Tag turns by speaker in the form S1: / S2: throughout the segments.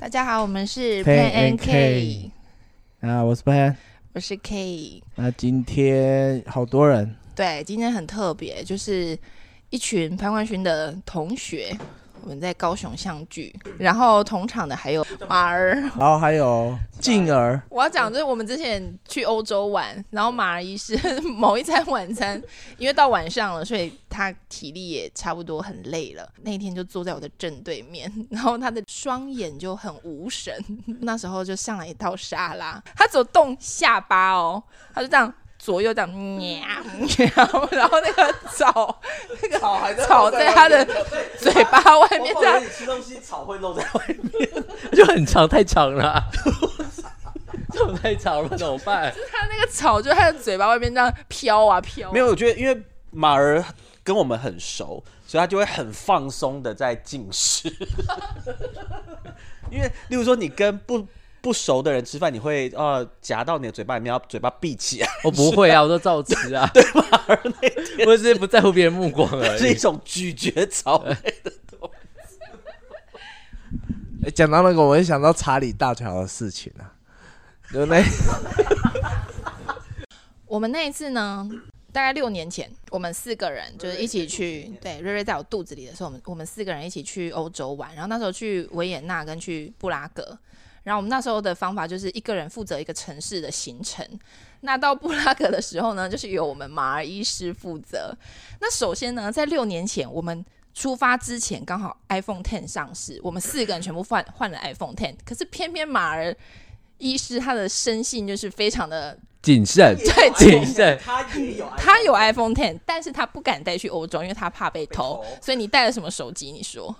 S1: 大家好，我们是
S2: Pan
S1: Pan
S2: and
S1: and K，
S2: K 啊，我是潘。
S1: 我是 K。
S2: 那今天好多人，
S1: 对，今天很特别，就是一群潘冠勋的同学，我们在高雄相聚，然后同场的还有马儿。
S2: 然后还 有静儿，
S1: 我要讲就是我们之前去欧洲玩，然后马儿医师 某一餐晚餐，因为到晚上了，所以他体力也差不多很累了。那一天就坐在我的正对面，然后他的双眼就很无神。那时候就上了一道沙拉，他只有动下巴哦，他就这样。左右这样喵喵，然后那个草，那个
S3: 草还在
S1: 草在他的嘴巴外面这样
S3: 你吃东西草会漏在外面，
S4: 就很长，太长了 啊，这种太长了怎么办？
S1: 他那个草就他的嘴巴外面这样飘啊飘啊
S3: 没有，我觉得因为马儿跟我们很熟，所以他就会很放松的在进食。 因为例如说你跟不不熟的人吃饭，你会呃夹到你的嘴巴里面，要嘴巴闭起来，
S4: 我不会啊，我都照 吃啊，对吧？我只是不在乎别人目光啊而
S3: 是一
S4: 已。
S3: 种咀嚼草 味的东西。
S2: 诶讲到那个，我也想到查理大桥的事情啊。就 那
S1: 我们那一次呢，大概六年前，我们四个人就是一起去，对，瑞瑞在我肚子里的时候，我们我们四个人一起去欧洲玩，然后那时候去维也纳跟去布拉格。然后我们那时候的方法就是一个人负责一个城市的行程。那到布拉格的时候呢， 就是由我们马儿医师负责。那首先呢，在六年前我们出发之前，刚好 iPhone Ten 上市，我们四个人全部换换了 iPhone Ten。可是偏偏马儿医师他的生性就是非常的
S4: 谨慎，
S1: 对
S4: 谨慎。
S3: 他也有，
S1: 他有 iPhone Ten，但是他不敢带去欧洲，因为他怕被偷。
S3: 被偷
S1: 所以你带了什么手机？你说？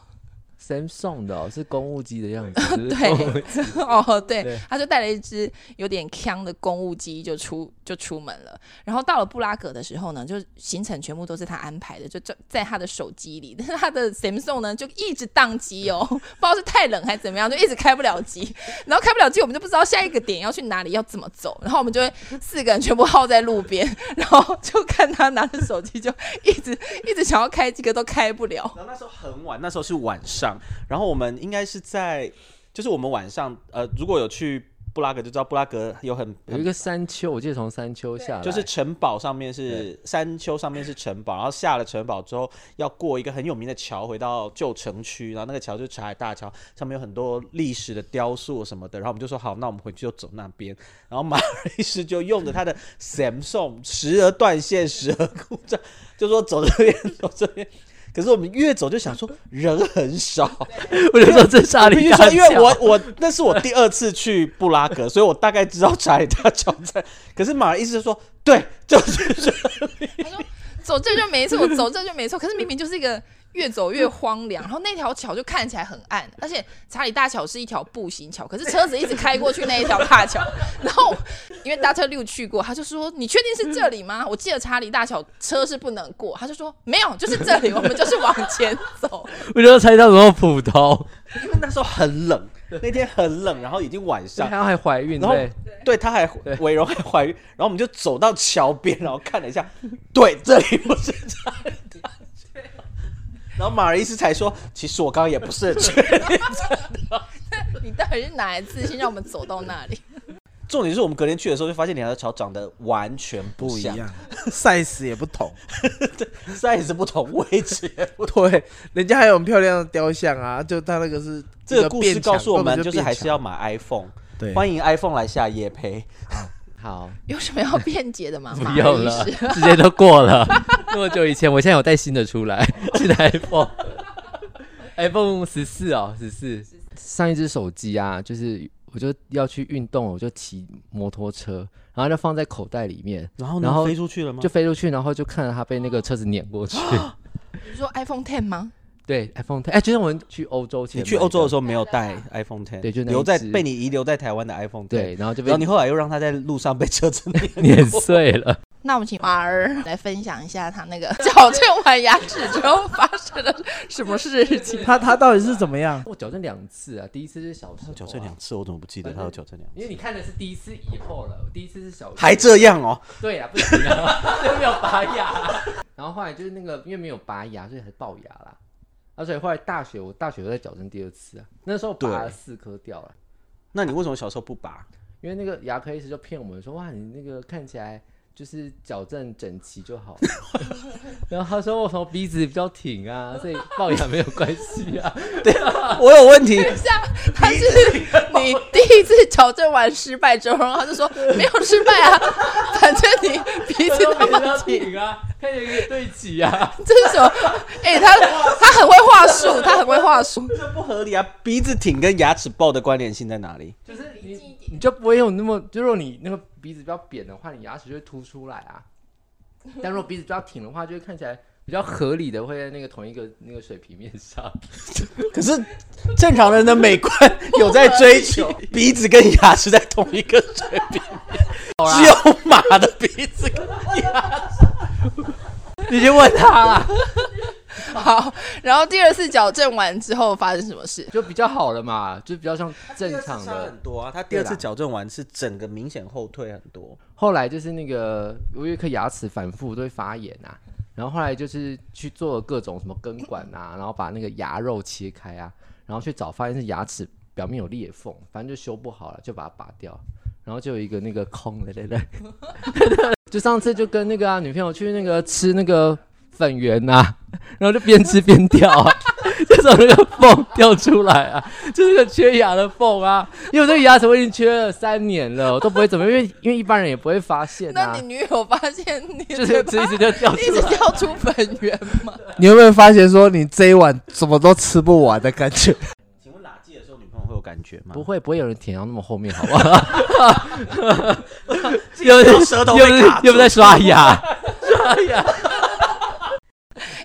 S4: Samsung 的、哦、是公务机的样 子，是不是
S1: 对， 哦，对
S4: 对，
S1: 他就带了一只有点呛的公务机就出就出门了。然后到了布拉格的时候呢，就行程全部都是他安排的，就在在他的手机里。 但是他的 Samsung 呢，就一直宕机哦， 不知道是太冷还是怎么样，就一直开不了机。然后开不了机，我们就不知道下一个点要去哪里，要怎么走。然后我们就会四个人全部耗在路边， 然后就看他拿着手机就一直一直想要开机，可都开不了。
S3: 然后那时候很晚，那时候是晚上，然后我们应该是在，就是我们晚上，呃，如果有去布拉格就知道布拉格有很
S4: 有一个山丘，我记得从山丘下来，
S3: 就是城堡上面是山丘，上面是城堡，然后下了城堡之后，要过一个很有名的桥回到旧城区，然后那个桥就是茶海大桥，上面有很多历史的雕塑什么的。然后我们就说好，那我们回去就走那边。然后马律师就用着他的 Samsung 时而断线，时而故障，就说走这边，走这边。可是我们越走就想说人很少，
S4: 我就说这沙
S3: 我必
S4: 里
S3: 须
S4: 大
S3: 说，因为
S4: 桥
S3: 我我那是我第二次去布拉格，所以我大概知道查理大桥在。可是马儿意思是说，对，就是这样
S1: 走这就没 错，走这就没错。可是明明就是一个越走越荒凉，然后那条桥就看起来很暗，而且查理大桥是一条步行桥，可是车子一直开过去那一条大桥。 然后因为大车六去过，他就说：“你确定是这里
S4: 嗯
S1: 吗？”我记得查理大桥车是不能过，他就说：“没有，就是这里，我们就是往前走。
S4: 我就猜到什么斧头，
S3: 因 为那时候很冷，那天很冷，然后已经晚上
S4: 然，后还怀孕，
S3: 然后
S4: 对，
S3: 对，她还伟荣还怀孕，然后我们就走到桥边，然后看了一下，对，这里不是查理大桥。然后马尔医师才说，其实我刚刚也不是很确定。
S1: 你到底是哪来自信让我们走到那里？
S3: 重点是我们隔天去的时候，就发现两条桥长得完全
S2: 不
S3: 不
S2: 一
S3: 像，
S2: 样，size 也不同。
S3: ，size 不同，位 置也不
S2: 对，人家还有很漂亮的雕像啊，就他那个是
S3: 这
S2: 一
S3: 个故事
S2: 变强
S3: 告诉我
S2: 根
S3: 们，
S2: 本
S3: 就是
S2: 变
S3: 还是
S2: 强
S3: 要买 iPhone。
S2: 对
S3: 欢迎 iPhone 来下夜配。
S4: 好，
S1: 有什么要辩解的吗？
S4: 不
S1: 马
S4: 要
S1: 律
S4: 了
S1: 师，
S4: 直接都过了。那么久以前，我现在有带新的出来， 新的 iPhone，iPhone 十四哦，十四。上一只手机啊，就是我就要去运动，我就骑摩托车，然后就放在口袋里面，
S3: 然后
S4: 呢然后
S3: 飞
S4: 飞
S3: 出去了吗？
S4: 就飞出去，然后就看着它被那个车子碾过去。
S1: 你说 iPhone Ten 吗？
S4: 对，iPhone 10哎，就是我们去欧洲前，
S3: 你去欧洲的时候没有带 iPhone Ten，
S4: 对就那一
S3: 留在
S4: 只
S3: 被你遗留在台湾的 iPhone
S4: 候
S3: Ten。
S4: 对，，然后就被
S3: 然后你后来又让他在路上被车子 碾
S4: 碾碎了。
S1: 那我们请马儿来分享一下他那个 矫正完牙齿之后发生了什么事情。
S2: 他他到底是怎么样？
S4: 我矫正两次啊，第一次是小时候、啊，
S3: 矫正两，次，我怎么不记得他有矫正两次？
S4: 因为你看的是第一次以后了，第一次是小时候
S3: 还这样哦，
S4: 对啊，不 行 啊，就没有拔牙啦。然后后来就是那个，因为没有拔牙，所以还龅牙啦。而且后来大学，我大学又在矫正第二次啊，那时候拔了四颗掉了，
S3: 那你为什么小时候不拔？
S4: 因为那个牙科医师就骗我们说，哇，你那个看起来就是矫正整齐就好了。 然后他说我从鼻子比较挺啊， 所以龅牙没有关系啊。
S3: 我有问题，
S1: 他是你第一次矫正完失败之后，然后他就说没有失败啊，反正你鼻子
S4: 他
S1: 那
S4: 说每天都要
S1: 么挺，
S4: 挺啊，看起来可以对齐啊。
S1: 这是什么？哎、他他很会话术，他很会话术。
S3: 这不合理啊！鼻子挺跟牙齿爆的关联性在哪里？
S4: 就是你你就不会有那么，就如果你那个鼻子比较扁的话，你牙齿就会凸出来啊。但如果鼻子比较挺的话，就会看起来比较合理的，会在那个同一个那个水平面上。
S3: 可是正常人的美观有在追 求鼻子跟牙齿在同一个水 平，只有马的鼻子跟
S4: 你去问他啦，
S1: 好，然后第二次矫正完之后发生什么事？
S4: 就比较好了嘛，就比较像正常
S3: 差
S4: 的
S3: 很。多啊。他第二次矫正完是整个明显后退很多，
S4: 后来就是那个我有一颗牙齿反复都会发炎啊，然后后来就是去做各种什么根管啊，然后把那个牙肉切开啊，然后去找发现是牙齿表面有裂缝，反正就修不好了，就把它拔掉，然后就有一个那个空的，对 对对，就上次就跟那个啊女朋友去那个吃那个粉圆呐、啊，然后就边吃边掉啊。 就从那个缝掉出来啊，就是个缺牙的缝啊，因为我这个牙齿我已经缺了三年了，我都不会怎么，因为因为一般人也不会发现
S1: 那
S4: 啊
S1: 你，女友发现你
S4: 就
S1: 嘴
S4: 是
S1: 巴
S4: 吃一直就掉
S1: 一
S4: 出
S1: 直
S4: 来。
S1: 掉出粉圆吗？
S2: 你有没有发现说你这一碗怎么都吃不完的感觉？
S3: 请问垃圾的时候，女朋友会有感觉吗？
S4: 不，会，不会有人舔到那么后面，好不好？ 又
S3: 有时候舌头
S4: 又
S3: 会
S4: 不是
S3: 卡住
S4: 又不在刷牙，刷牙。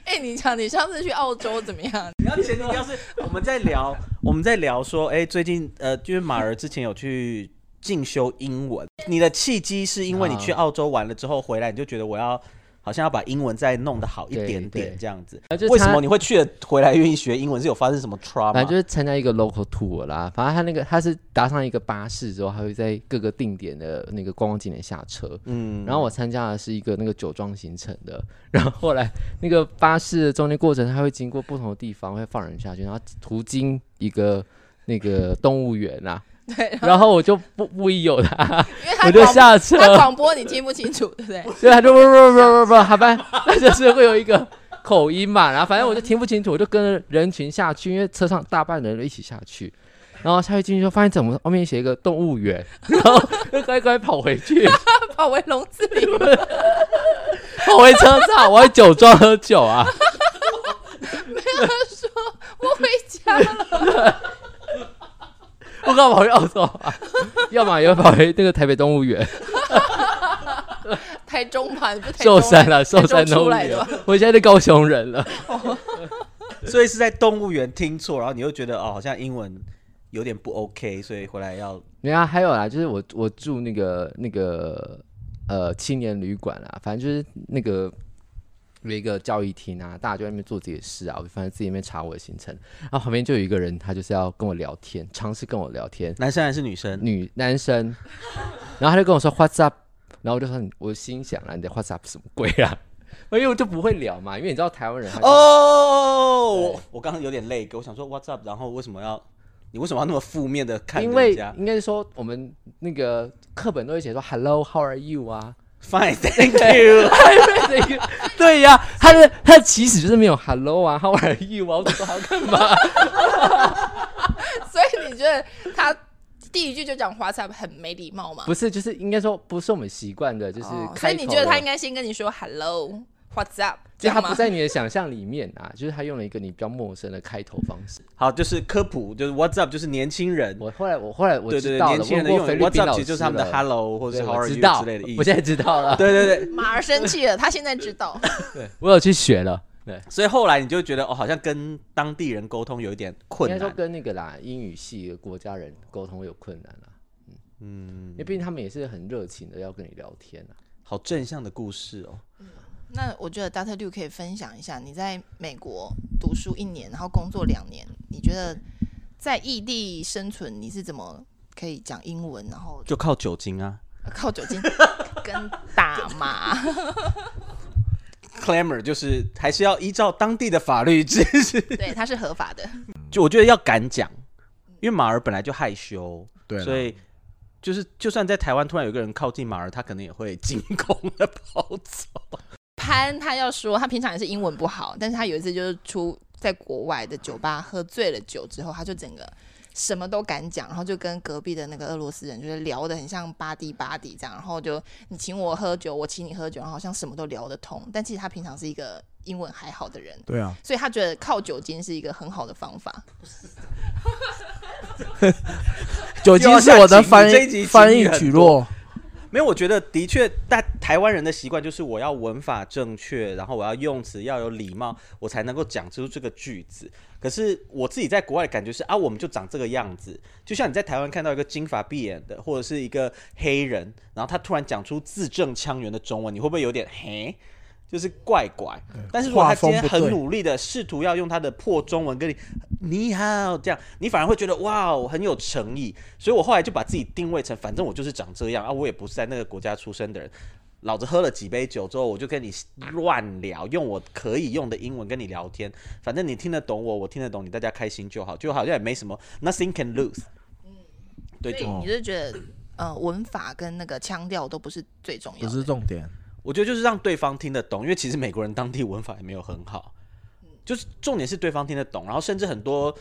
S1: 哎、你讲你上次去澳洲怎么样？
S3: 你要前提要是我们在聊，我们在聊说，哎、最近呃，就是马儿之前有去进修英文，你的契机是因为你去
S4: 啊
S3: 澳洲玩了之后回来，你就觉得我要好像要把英文再弄得好一
S4: 对
S3: 点点
S4: 对
S3: 这样子。
S4: 啊就 是
S3: 为什
S4: 他
S3: 么你会去了回来愿意学英文？是有发生什么 trauma？
S4: 反正就是参加一个 local tour 啦，反正他那个他是搭上一个巴士之后，他会在各个定点的那个观光景点下车。
S3: 嗯，
S4: 然后我参加的是一个那个酒庄行程的，然后后来那个巴士的中间过程，它会经过不同的地方，会放人下去，然后途经一个那个动物园 啊，
S1: 对，
S4: 然后我就不不一有他，
S1: 因为他
S4: 我就
S1: 广
S4: 下车，
S1: 他广播你听不清楚，对不对？
S4: 对，他就不不不不不，好吧，那就是会有一个口音嘛，然后反正我就听不清楚，我就跟着人群下去，因为车上大半人都一起下去，然后下去进去就发现怎么后哦面写一个动物园，然后就乖乖跑回去，
S1: 跑回笼子里，
S4: 跑回车上，我在酒庄喝酒啊，
S1: 他说我回家了。
S4: 我刚跑去澳洲啊， 要么又跑回那个台北动物园，
S1: 台中吧， 不是台中
S4: 寿山了，
S1: 台
S4: 寿
S1: 中
S4: 山动
S1: 出
S4: 物
S1: 来
S4: 园
S1: 的吧。，
S4: 我现在是高雄人了，
S3: 所以是在动物园听错，然后你又觉得哦，好像英文有点不 OK，所以回来要
S4: 没啊，还有啦，就是我我住那个那个呃青年旅馆啦，反正就是那个有一个教育厅啊，大家就在那边做自己的事啊，我就反正自己在那边查我的行程，然后旁边就有一个人，他就是要跟我聊天，尝试跟我聊天，
S3: 男生还是女生？
S4: 女男生，然后他就跟我说 What's up，然后我就说我心想啊，你的 What's up 什么鬼啊？因为我就不会聊嘛，因为你知道台湾人他就
S3: 哦，我我刚刚有点累，我想说 What's up，然后为什么要你为什么要那么负面的看
S4: 因为
S3: 人家
S4: 应该是说我们那个课本都会写说 Hello，How are you 啊，
S3: ？Fine，Thank you。
S4: 对这个 对呀、他的他的起始就是没有 hello 啊，how are you 啊，我说他干嘛？
S1: 所以你觉得他第一句就讲 WhatsApp 很没礼貌吗？
S4: 不是，就是应该说不是我们习惯的，就是
S1: 哦所
S4: 开
S1: 以
S4: 头的、
S1: 你觉得他应该先跟你说 Hello What's up 这
S4: 就他
S1: 样
S4: 不
S1: 吗？
S4: 在你的想象里面啊，就是他用了一个你比较陌生的开头方式。
S3: 好，就是科普，就是 What's up，就是年轻人，
S4: 我后来我后来我
S3: 对对
S4: 知
S3: 对，
S4: 道
S3: 年
S4: 了，
S3: 轻人的
S4: 问
S3: 用
S4: 过菲
S3: 语
S4: 律
S3: What's
S4: 宾
S3: up
S4: 老
S3: 其
S4: 师
S3: 实就是他们的
S4: 了
S3: hello 或者
S4: 对
S3: 是 How
S4: 我
S3: are
S4: 知
S3: you
S4: 道，
S3: 之类的意
S4: 我
S3: 思。
S4: 现在知 道了，
S3: 对对对，
S1: 马儿生气 了，他现在知道。
S4: 对我有去学了。对，
S3: 所以后来你就觉得哦，好像跟当地人沟通有一点
S4: 应
S3: 困
S4: 该说
S3: 难。
S4: 跟那个啦英语系的国家人沟通有困难啦，
S3: 嗯
S4: 因，为毕竟他们也是很热情的要跟你聊天啊。
S3: 好正向的故事哦。
S1: 那我觉得 Dr. Liu 可以分享一下，你在美国读书一年，然后工作两年，你觉得在异地生存你是怎么可以讲英文，然后
S3: 就靠酒精啊，
S1: 靠酒精跟打麻？
S3: disclaimer 就是还是要依照当地的法律知
S4: 嗯
S3: 识，
S1: 对，它是合法的。
S3: 就我觉得要敢讲，因为马儿本来就害羞，
S2: 对啊
S3: 所
S2: 了，
S3: 以就是就算在台湾突然有个人靠近马儿，他可能也会惊恐的跑走。
S1: 潘他要说，他平常也是英文不好，但是他有一次就是出在国外的酒吧喝醉了酒之后，他就整个什么都敢讲，然后就跟隔壁的那个俄罗斯人就是聊得很像巴蒂巴蒂这样，然后就你请我喝酒，我请你喝酒，然后好像什么都聊得通。但其实他平常是一个英文还好的人，
S2: 对啊，
S1: 所以他觉得靠酒精是一个很好的方法。
S2: 酒精是我的翻
S3: 又要下情这一集
S2: 翻
S3: 情
S2: 译
S3: 侣很
S2: 举
S3: 多
S2: 落，
S3: 没有，我觉得的确，大台湾人的习惯就是我要文法正确，然后我要用词要有礼貌，我才能够讲出这个句子。可是我自己在国外的感觉是啊，我们就长这个样子，就像你在台湾看到一个金发碧眼的，或者是一个黑人，然后他突然讲出字正腔圆的中文，你会不会有点嘿？就是怪怪，但是如果他
S2: 画
S3: 今
S2: 风
S3: 天
S2: 不
S3: 很
S2: 对
S3: 努力的试图要用他的破中文跟你你好这样，你反而会觉得哇，我很有诚意。所以我后来就把自己定位成，反正我就是长这样啊，我也不是在那个国家出生的人。老子喝了几杯酒之后，我就跟你乱聊，用我可以用的英文跟你聊天，反正你听得懂我，我听得懂你，大家开心就好，就好像也没什么，nothing can lose。对，
S1: 嗯所以
S3: 就
S1: 你就觉得，呃，文法跟那个腔调都不是最重
S2: 不
S1: 要
S2: 是
S1: 的。
S2: 重点。
S3: 我觉得就是让对方听得懂，因为其实美国人当地文法也没有很好，就是重点是对方听得懂，然后甚至很多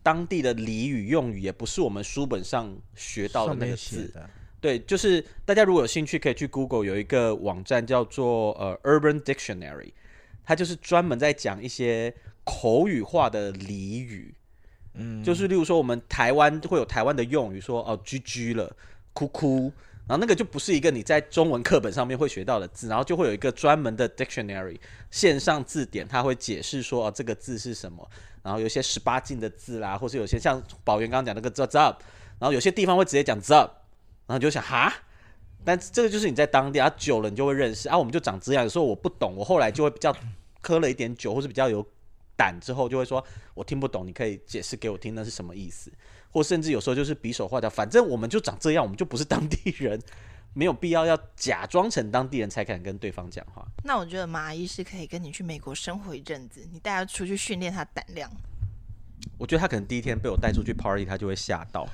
S3: 当地的俚语用语也不是我们书本上学到的
S2: 上
S3: 那个
S2: 面写
S3: 字。啊
S2: 的，
S3: 对，就是大家如果有兴趣，可以去 Google 有一个网站叫做呃 Urban Dictionary，它就是专门在讲一些口语化的俚语。嗯，就是例如说我们台湾会有台湾的用语说哦居居了，哭哭。然后那个就不是一个你在中文课本上面会学到的字，然后就会有一个专门的 dictionary 线上字典，它会解释说哦这个字是什么，然后有一些十八禁的字啦，或是有些像宝源刚刚讲那个 z up，然后有些地方会直接讲 z up，然后你就想哈，但这个就是你在当地啊久了，你就会认识啊。我们就长这样，有时候我不懂，我后来就会比较喝了一点酒，或是比较有胆之后，就会说我听不懂，你可以解释给我听那是什么意思，或甚至有时候就是比手画脚，反正我们就长这样，我们就不是当地人，没有必要要假装成当地人才敢跟对方讲话。
S1: 那我觉得马医师可以跟你去美国生活一阵子，你带他出去训练他胆量。
S3: 我觉得他可能第一天被我带出去 party，他就会吓到。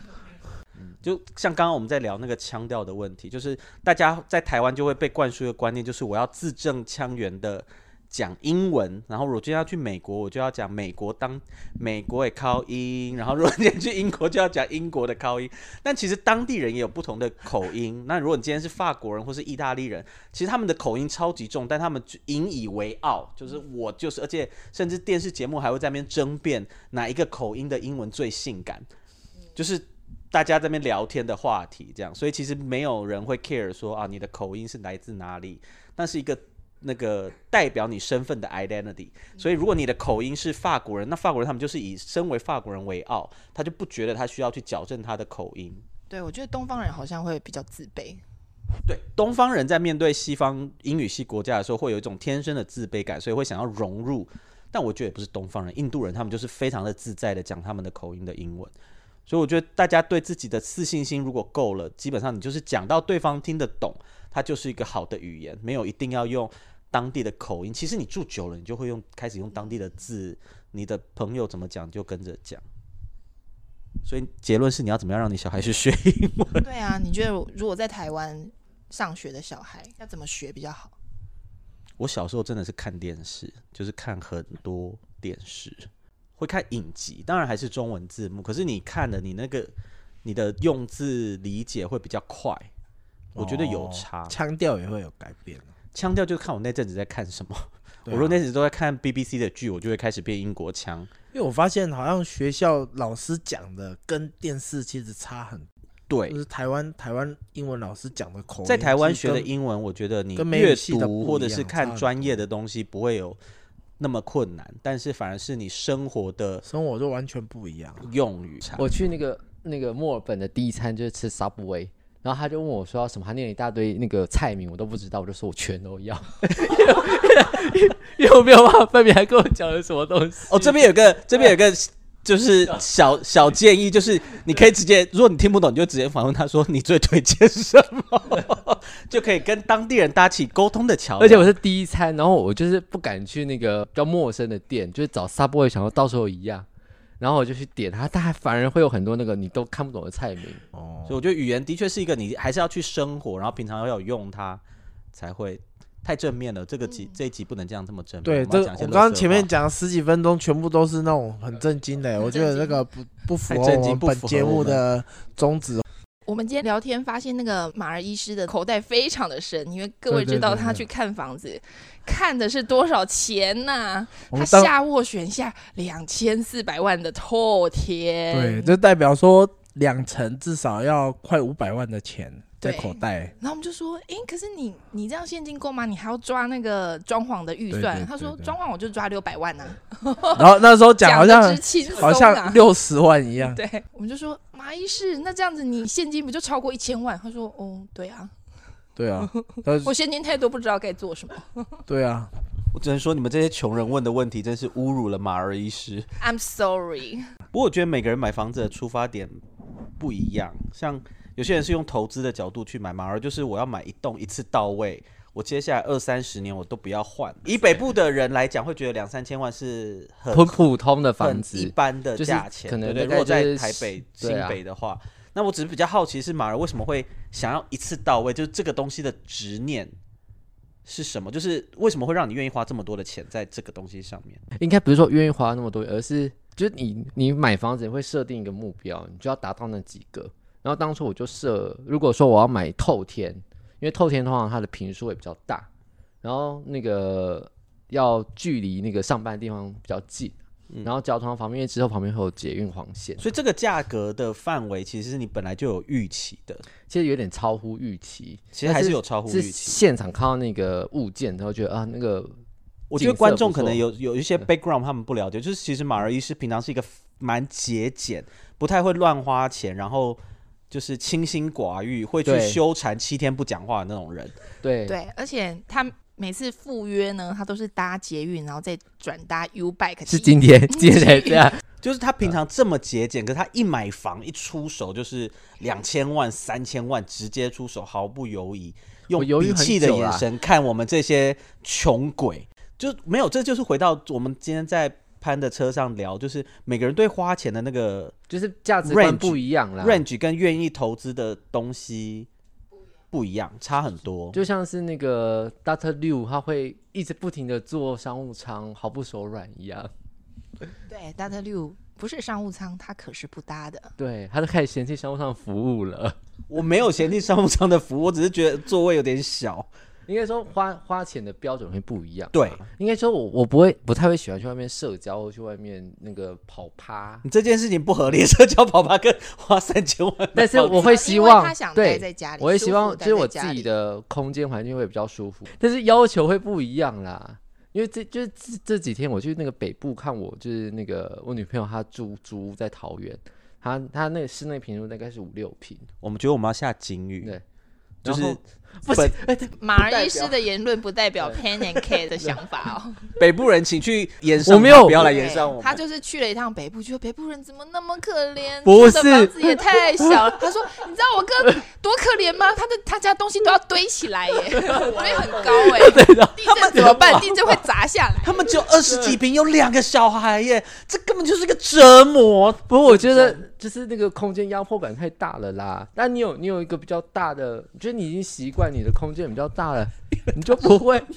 S3: 嗯就像刚刚我们在聊那个腔调的问题，就是大家在台湾就会被灌输一个观念，就是我要字正腔圆的讲英文，然后我今天要去美国，我就要讲美国当美国也靠音，然后如果今天去英国就要讲英国的靠音。但其实当地人也有不同的口音。那如果你今天是法国人或是意大利人，其实他们的口音超级重，但他们就引以为傲，就是我就是，而且甚至电视节目还会在那边争辩哪一个口音的英文最性感，就是大家在那边聊天的话题这样，所以其实没有人会 care 说啊你的口音是来自哪里，那是一个那个代表你身份的 identity。所以如果你的口音是法国人，那法国人他们就是以身为法国人为傲，他就不觉得他需要去矫正他的口音。
S1: 对，我觉得东方人好像会比较自卑。
S3: 对，东方人在面对西方英语系国家的时候，会有一种天生的自卑感，所以会想要融入。但我觉得也不是东方人，印度人他们就是非常的自在的讲他们的口音的英文。所以我觉得大家对自己的自信心如果够了，基本上你就是讲到对方听得懂，它就是一个好的语言，没有一定要用当地的口音。其实你住久了，你就会用开始用当地的字，你的朋友怎么讲就跟着讲。所以结论是你要怎么样让你小孩去学英文？
S1: 对啊，你觉得如果在台湾上学的小孩要怎么学比较好？
S3: 我小时候真的是看电视，就是看很多电视，会看影集，当然还是中文字幕。可是你看了，你那个你的用字理解会比较快，我觉得有
S2: 哦
S3: 差。
S2: 腔调也会有改变啊。
S3: 腔调就看我那阵子在看什么。我
S2: 对啊
S3: 如果那阵子都在看 BBC 的剧，我就会开始变英国腔。
S2: 因为我发现好像学校老师讲的跟电视其实差很，
S3: 对
S2: 就，是台湾台湾英文老师讲的口音，
S3: 在台湾学的
S2: 其实
S3: 英文，我觉得你
S2: 跟美
S3: 阅
S2: 语系的不
S3: 读
S2: 一
S3: 或者
S2: 样
S3: 是
S2: 差
S3: 看
S2: 很
S3: 专业
S2: 多
S3: 的东西不会有那么困难，但是反而是你生活的
S2: 跟生活就完全不一样。
S3: 用语差。
S4: 我去那个那个墨尔本的第一餐就是吃 Subway，然后他就问我说要什么，他念了一大堆那个菜名我都不知道，我就说我全都 要，因为我没有办法分辨，还跟我讲了什么东西。
S3: 哦，这边有个，这边有个就是小小建议，就是你可以直接，如果你听不懂，你就直接访问他说你最推荐什么， 就可以跟当地人搭起沟通的桥梁。
S4: 而且我是第一餐，然后我就是不敢去那个比较陌生的店，就是找 Subway，想说到时候一样，然后我就去点它，但它反而会有很多那个你都看不懂的菜 名。
S2: 哦
S3: 所以我觉得语言的确是一个你还是要去生活，然后平常要有用它才会太正面了。这个集、这一集不能这样这么正面。
S2: 对，
S3: 我们
S2: 这
S3: 要
S2: 我
S3: 讲一些
S2: 刚刚
S3: 垃圾
S2: 前面
S3: 话
S2: 讲十几分钟，全部都是那种很震惊的，我觉得那个不不符合
S3: 太震
S2: 我
S3: 惊
S2: 们
S3: 不
S2: 本
S3: 符合
S2: 节
S3: 我
S2: 目
S3: 们
S2: 的宗旨。
S1: 我们今天聊天发现，那个马儿医师的口袋非常的深，因为各位
S2: 对对
S1: 知道
S2: 对对
S1: 他去看房子，看的是多少钱呐、
S2: 我
S1: 他
S2: 们当
S1: 下斡旋下两千四百万的透天，
S2: 对，这代表说两成至少要快五百万的钱在
S1: 对
S2: 口 袋。
S1: 然后我们就说，诶，可是你你这样现金够吗？你还要抓那个装潢的预
S2: 对
S1: 算。
S2: 对
S1: 他
S2: 对
S1: 说
S2: 对
S1: 装潢我就抓六百万啊，
S2: 然后那时候 讲好
S1: 得
S2: 像
S1: 之轻松啊，
S2: 好像六十万一样。
S1: 对，我们就说马医师，那这样子你现金不就超过一千万？他说，哦，对啊，
S2: 对啊， 他
S1: 我现金太多，不知道该做什么。
S2: 对啊，
S3: 我只能说你们这些穷人问的问题真是侮辱了马儿医师。
S1: I'm sorry，
S3: 不过我觉得每个人买房子的出发点不一样，像有些人是用投资的角度去买，马儿就是我要买一栋一次到位，我接下来二三十年我都不要 换。以北部的人来讲，会觉得两三千万是很
S4: 很普通的
S3: 很
S4: 房
S3: 一
S4: 子，
S3: 般的
S4: 就是
S3: 价钱，
S4: 可能
S3: 对对。
S4: 大
S3: 如
S4: 概
S3: 果在
S4: 就是
S3: 台北、
S4: 啊对
S3: 新
S4: 啊
S3: 北的话，那我只是比较好奇，是马儿为什么会想要一次到位？就是这个东西的执念是什么？就是为什么会让你愿意花这么多的钱在这个东西上面？
S4: 应该不是说愿意花那么多，而是就是你你买房子你会设定一个目标，你就要达到那几个。然后当初我就设，如果说我要买透天，因为透天通常它的平数会比较大，然后那个要距离那个上班的地方比较近，
S3: 嗯
S4: 然后交通方面，因为之后旁边会有捷运黄线，
S3: 所以这个价格的范围其实是你本来就有预期的，
S4: 其实有点超乎预期。
S3: 其实还是
S4: 但
S3: 有超乎
S4: 是
S3: 预期。
S4: 现场看到那个物件，然后觉得啊，那个
S3: 我觉得观众可能
S4: 景
S3: 有有一些 background 他们不了解，就是其实马儿医师平常是一个蛮节俭，不太会乱花钱，然后就是清心寡欲，会去
S4: 对
S3: 纠缠七天不讲话的那种人。
S4: 对
S1: 对，而且他每次赴约呢，他都是搭捷运，然后再转搭 U Bike，
S4: 是今天今天才这样，
S3: 就是他
S4: 嗯
S3: 平常这么节俭，可是他一买房一出手就是两千万、三千万，直接出手，毫不犹疑，用
S4: 我犹豫
S3: 鄙
S4: 很
S3: 弃的
S4: 久
S3: 眼
S4: 啦
S3: 神看我们这些穷鬼，就没有。这就是回到我们今天在潘的车上聊，就是每个人对花钱的那个
S4: 就是价值观
S3: Range，
S4: 不一样啦。
S3: range 跟愿意投资的东西不一样，差很多。
S4: 就像是那个 Data 六，他会一直不停的做商务舱，毫不手软一样。
S1: 对，搭的六不是商务舱，它可是不搭的。
S4: 对，他都开始嫌弃商务舱的服务了。
S3: 我没有嫌弃商务舱的服务，我只是觉得座位有点小。
S4: 应该说花花钱的标准会不一样。啊
S3: 对，
S4: 应该说我我不会不太会喜欢去外面社交，或去外面那个跑趴。
S3: 你这件事情不合理，社交跑吧跟花三千万买房子，
S4: 但是我
S1: 因
S4: 会
S1: 为
S4: 希望
S1: 他想待
S4: 对
S1: 在家里，
S4: 我会
S1: 舒
S4: 希
S1: 服
S4: 望
S1: 待
S4: 就是
S1: 在
S4: 我
S1: 家
S4: 自己
S1: 里。
S4: 的空间环境会比较舒服，但是要求会不一样啦。因为这就是这这几天我去那个北部看我，就是那个我女朋友她住租屋在桃园，她她那个室内平数大概是五六平，
S3: 我们觉得我们要下警语，
S4: 对
S3: 就
S4: 然
S3: 是
S4: 后不是
S3: 本
S1: 马儿医师的言论不代表 Pan and K 的想法 哦。
S3: 北部人，请去延上他，
S4: 我没有
S3: 不要来
S1: 对
S3: 延上我们。
S1: 他就是去了一趟北部，觉得北部人怎么那么可怜，
S4: 不
S1: 住的
S4: 是
S1: 房子也太小了。他说：“你知道我哥多可怜吗？他的他家东西都要堆起来 耶，堆很高哎，地震怎么办？地震会砸下来。
S3: 他们只有二十几平，有两个小孩耶，这根本就是一个折磨。
S4: 不过我觉得就是那个空间压迫感太大了啦。但你有你有一个比较大的，就是你已经习惯你的空间比较大了，你就 不会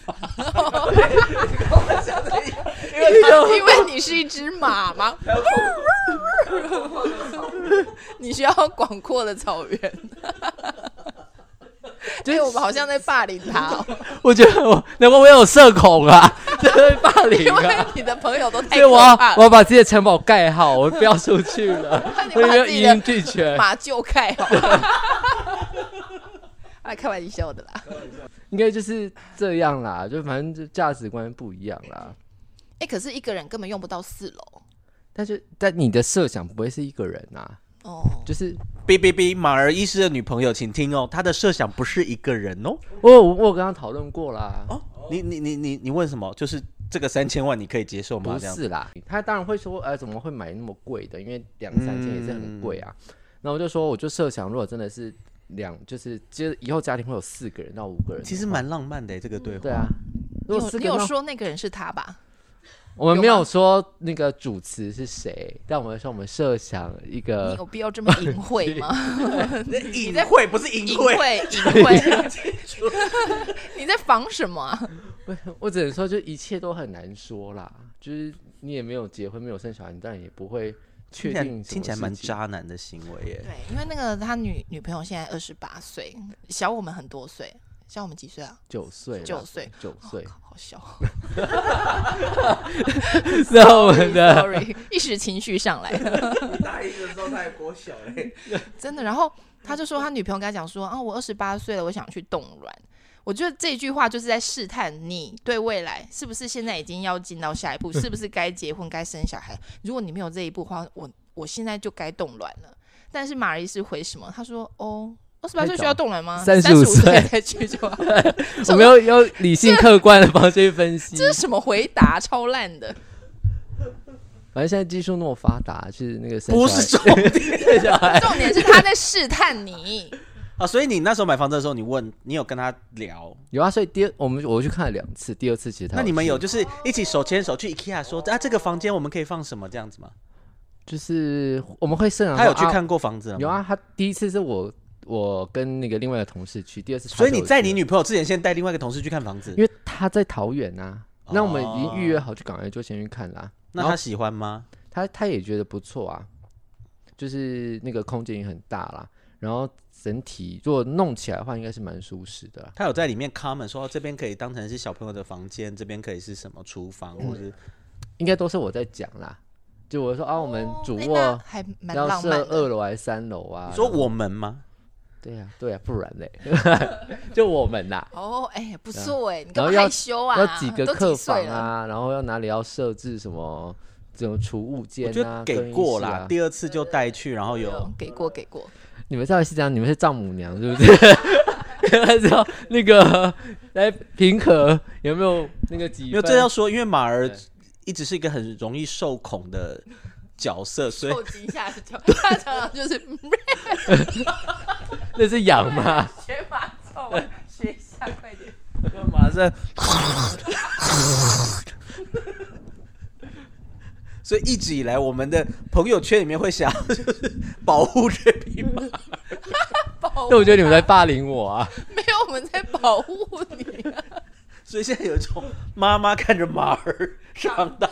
S4: 因为就
S1: 因为你是一只马吗？ 你需要广阔的草原。”
S4: 就
S1: 对，
S4: 是
S1: 我们好像在霸凌他、哦，
S4: 我觉得我难怪我有社恐啊， 这会霸 凌
S1: 因为
S4: 啊。
S1: 你的朋友都太
S4: 所以我
S1: 可
S4: 要
S1: 怕
S4: 我
S1: 了，
S4: 要把自己的城堡盖好，我不要出去了
S1: ，你
S4: 我
S1: 把
S4: 要
S1: 自
S4: 一
S1: 己的
S4: 应俱全。
S1: 马就盖 好了。哎，开玩笑的啦。
S4: 应该就是这样啦，就反正就价值观不一样啦。
S1: 哎、可是一个人根本用不到四楼
S4: 但是但你的设想不会是一个人啊，
S1: 哦。
S4: 就是
S3: 哔哔哔，马儿医师的女朋友，请听哦，他的设想不是一个人哦。
S4: 我有我有跟他讨论过啦。
S3: 哦，你你你你你问什么？就是这个三千万你可以接受吗？
S4: 不
S3: 这样
S4: 是啦，他当然会说，呃，怎么会买那么贵的？因为两三千也是很贵啊。
S3: 嗯
S4: 那我就说，我就设想，如果真的是两，就是接以后家庭会有四个人到五个人的话，
S3: 其实蛮浪漫的、这个对话。
S4: 对啊。
S1: 你
S4: 如果
S1: 有
S4: 四
S1: 你
S4: 个人
S1: 有
S4: 的话，
S1: 说那个人是他吧？
S4: 我们没
S1: 有吗
S4: 有说那个主词是谁，但我们说我们设想一
S1: 你
S4: 个
S1: 有必要这么隐晦吗？ 你
S3: 隐
S1: 在
S3: 晦不是隐
S1: 隐
S3: 晦，
S1: 晦，隐 晦，你在防什么啊？
S4: 我只能说，就一切都很难说啦。就是你也没有结婚，没有生小孩，你当然也不会确
S3: 听起来
S4: 定什
S3: 听
S4: 么
S3: 起来蛮
S4: 事情。
S3: 渣男的行为耶。
S1: 对，因为那个他女女朋友现在二十八岁，小我们很多岁，小我们几岁啊？
S4: 九岁哦啦，
S1: 九岁
S4: 九 岁。
S1: 靠好小。
S4: 那我们 的
S1: Sorry，一时情绪上来了，
S2: 大一的时候他也国小嘞，
S1: 真的。然后他就说，他女朋友跟他讲说，啊，我二十八岁了，我想去冻卵。我觉得这句话就是在试探你对未来是不是现在已经要进到下一步，
S4: 嗯
S1: 是不是该结婚、该生小孩。如果你没有这一步的话，我我现在就该冻卵了。但是玛丽是回什么？她说，哦。二十八岁需要冻卵吗？
S4: 太早
S1: 35
S4: 35
S1: 岁
S4: 岁
S1: 再去就 好。
S4: 我们要要理性客观的方式去分析。
S1: 这是什么回答？超烂的。
S4: 反正现在技术那么发达，是那个生
S3: 不
S4: 小孩
S3: 是重
S4: 生小孩，
S1: 重点是他在试探你。
S3: 啊，所以你那时候买房子的时候，你问你有跟他聊，
S4: 有啊。所以第二我们我去看了两次，第二次其实他
S3: 那你们
S4: 去
S3: 有就是一起手牵手去 IKEA 说啊，这个房间我们可以放什么这样子吗？
S4: 就是我们会设想
S3: 他
S4: 说
S3: 有去
S4: 啊
S3: 看过房子了吗？
S4: 有啊，他第一次是我我跟那个另外的同事去，第二次他
S3: 所以你
S4: 就有
S3: 在
S4: 去
S3: 你女朋友之前，先带另外一个同事去看房子，
S4: 因为他在桃园啊，那我们已经预约
S3: 哦
S4: 好，就赶快就先去看啦。
S3: 那
S4: 然
S3: 他
S4: 后
S3: 喜欢吗？
S4: 他他也觉得不错啊，就是那个空间也很大啦，然后整体如果弄起来的话，应该是蛮舒适的啦。
S3: 他有在里面 comment 说、哦这边可以当成是小朋友的房间，这边可以是什么厨房，
S4: 嗯
S3: 或者是
S4: 应该都是我在讲啦，就我说啊，我们主
S1: 哎那
S4: 卧
S1: 还蛮
S4: 要
S1: 浪
S4: 设
S1: 漫
S4: 二
S1: 的。
S4: 楼还是三楼啊？
S3: 你说
S4: 然后
S3: 我们吗？
S4: 对呀、对呀、啊不然嘞， 就我们呐、
S1: 哦，哎、不错哎、你干
S4: 啊然后
S1: 嘛
S4: 要
S1: 害羞啊？
S4: 要几个
S1: 都
S4: 客
S1: 岁
S4: 房
S1: 了，
S4: 啊，然后要哪里要设置什么这种储物间
S3: 我觉
S4: 啊
S3: 得，
S4: 更
S3: 给
S4: 衣
S3: 过
S4: 室
S3: 啦，
S4: 啊
S3: 第二次就带去，然后有
S1: 给过给过，
S4: 你们到底是这样？你们是丈母娘是不是？ 那时候那个 来平和有没有那个几
S3: 因
S4: 分？
S3: 为这要说，因为马儿
S4: 对
S3: 一直是一个很容易受恐的角色，所以
S1: 扣击一下就， 他常常就是
S4: 那是养嘛？
S1: 学马臭，学一下快点。
S3: 马上，所以一直以来我们的朋友圈里面会想要就是保护这匹马。
S1: 保
S4: 那我觉得你
S1: 护
S4: 们在霸凌我啊！
S1: 他没有，我们在保护你、啊。
S3: 所以现在有一种妈妈看着马儿长大，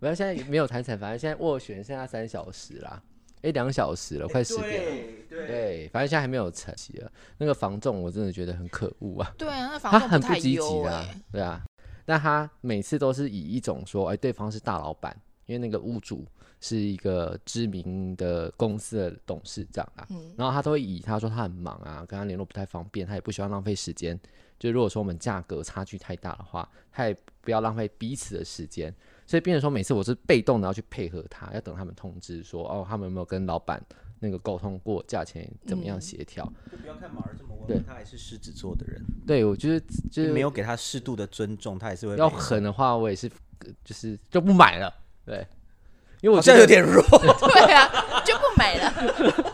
S4: 反正现在没有谈成，反正现在斡旋剩下三小时啦，诶，两小时了，快十点了。
S3: 哎对
S4: 对，反正现在还没有成齐了。那个房仲我真的觉得很可恶啊，
S1: 对啊，那
S4: 他
S1: 房东
S4: 很不
S1: 太
S4: 积极
S1: 优哎、
S4: 啊，对啊。那他每次都是以一种说，哎、对方是大老板，因为那个屋主是一个知名的公司的董事长啊，
S1: 嗯，
S4: 然后他都会以他说他很忙啊，跟他联络不太方便，他也不希望浪费时间。就如果说我们价格差距太大的话，他也不要浪费彼此的时间。所以变成说，每次我是被动的要去配合他，要等他们通知说哦，他们有没有跟老板那个沟通过价钱怎么样
S1: 嗯
S4: 协调？
S3: 不要看马儿这么
S4: 对
S3: 温，他也是狮子座的人，
S4: 对我就是就是
S3: 没有给他适度的尊重，他也是会
S4: 要狠的话，我也是呃就是就不买了。对，因为
S3: 好
S4: 我觉
S3: 像
S4: 得
S3: 有点弱，我
S1: 对啊，就不买 了。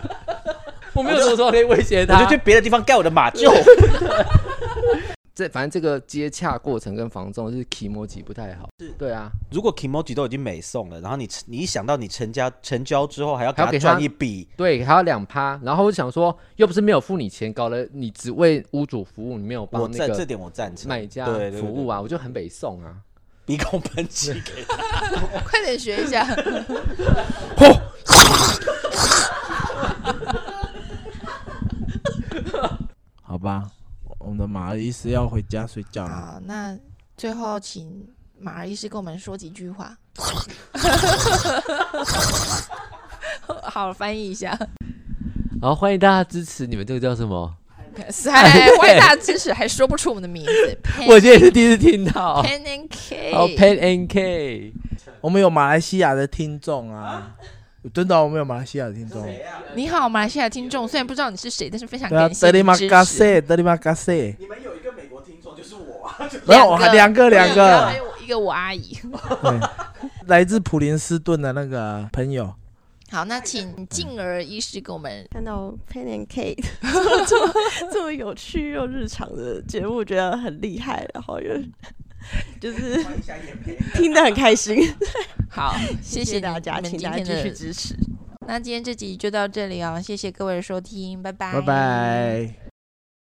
S4: 我没有什么时候可以威胁他。
S3: 就去别的地方盖我的马厩。
S4: 这反正这个接洽过程跟房仲是 k i m o j i 不太好。对啊，
S3: 如果 Kimoji 都已经美送了，然后你你一想到你成家成交之后还要给
S4: 还要给
S3: 赚
S4: 他
S3: 一笔，
S4: 对，还有两趴。然后我就想说，又不是没有付你钱，搞了你只为屋主服务，你没有
S3: 我
S4: 帮那
S3: 在这
S4: 个
S3: 点我赞成，
S4: 买家
S3: 对对对
S4: 服务啊，我就很北宋啊。
S3: 鼻孔喷气给他。
S1: 快点学一 下，
S2: 好吧，我们的马儿医师要回家睡觉了。
S1: 好，啊那最后请马儿医师跟我们说几句 话。好，翻译一下。
S4: 好，欢迎大家支持你们这个叫什么？
S1: 哎，歪大知识还说不出我们的名字。Pan-
S4: 我今天也是第一次听到。
S1: Pan and K，
S4: 哦，Pen and K，
S2: 我们有马来西亚的听众啊， 真的，我们有马来西亚的听众。
S1: 你好，马来西亚听众，虽然不知道你是谁，但是非常
S2: 对啊，
S1: 啊感谢
S2: 德
S1: 你
S2: 里马
S1: 的
S2: 嘎
S1: 支持。
S2: 塞，德里马嘎塞，
S3: 你们有一个美国听众就是我、啊，
S2: 然后我还哦两个两
S1: 然后还
S2: 个，
S1: 有一个我阿姨。
S2: 来自普林斯顿的那个朋友，
S1: 好，那请静儿医师给我们
S5: 看到 Pen and Kate 这么这么这么有趣又日常的节目，我觉得很厉害，然后又
S1: 嗯
S5: 就是听得很开心。
S1: 好，
S5: 谢
S1: 谢
S5: 大家，
S1: 你
S5: 请
S1: 们今
S5: 大
S1: 天
S5: 家继续
S1: 的。
S5: 支持。
S1: 那今天这集就到这里哦，谢谢各位的收听，拜拜，
S2: 拜。拜。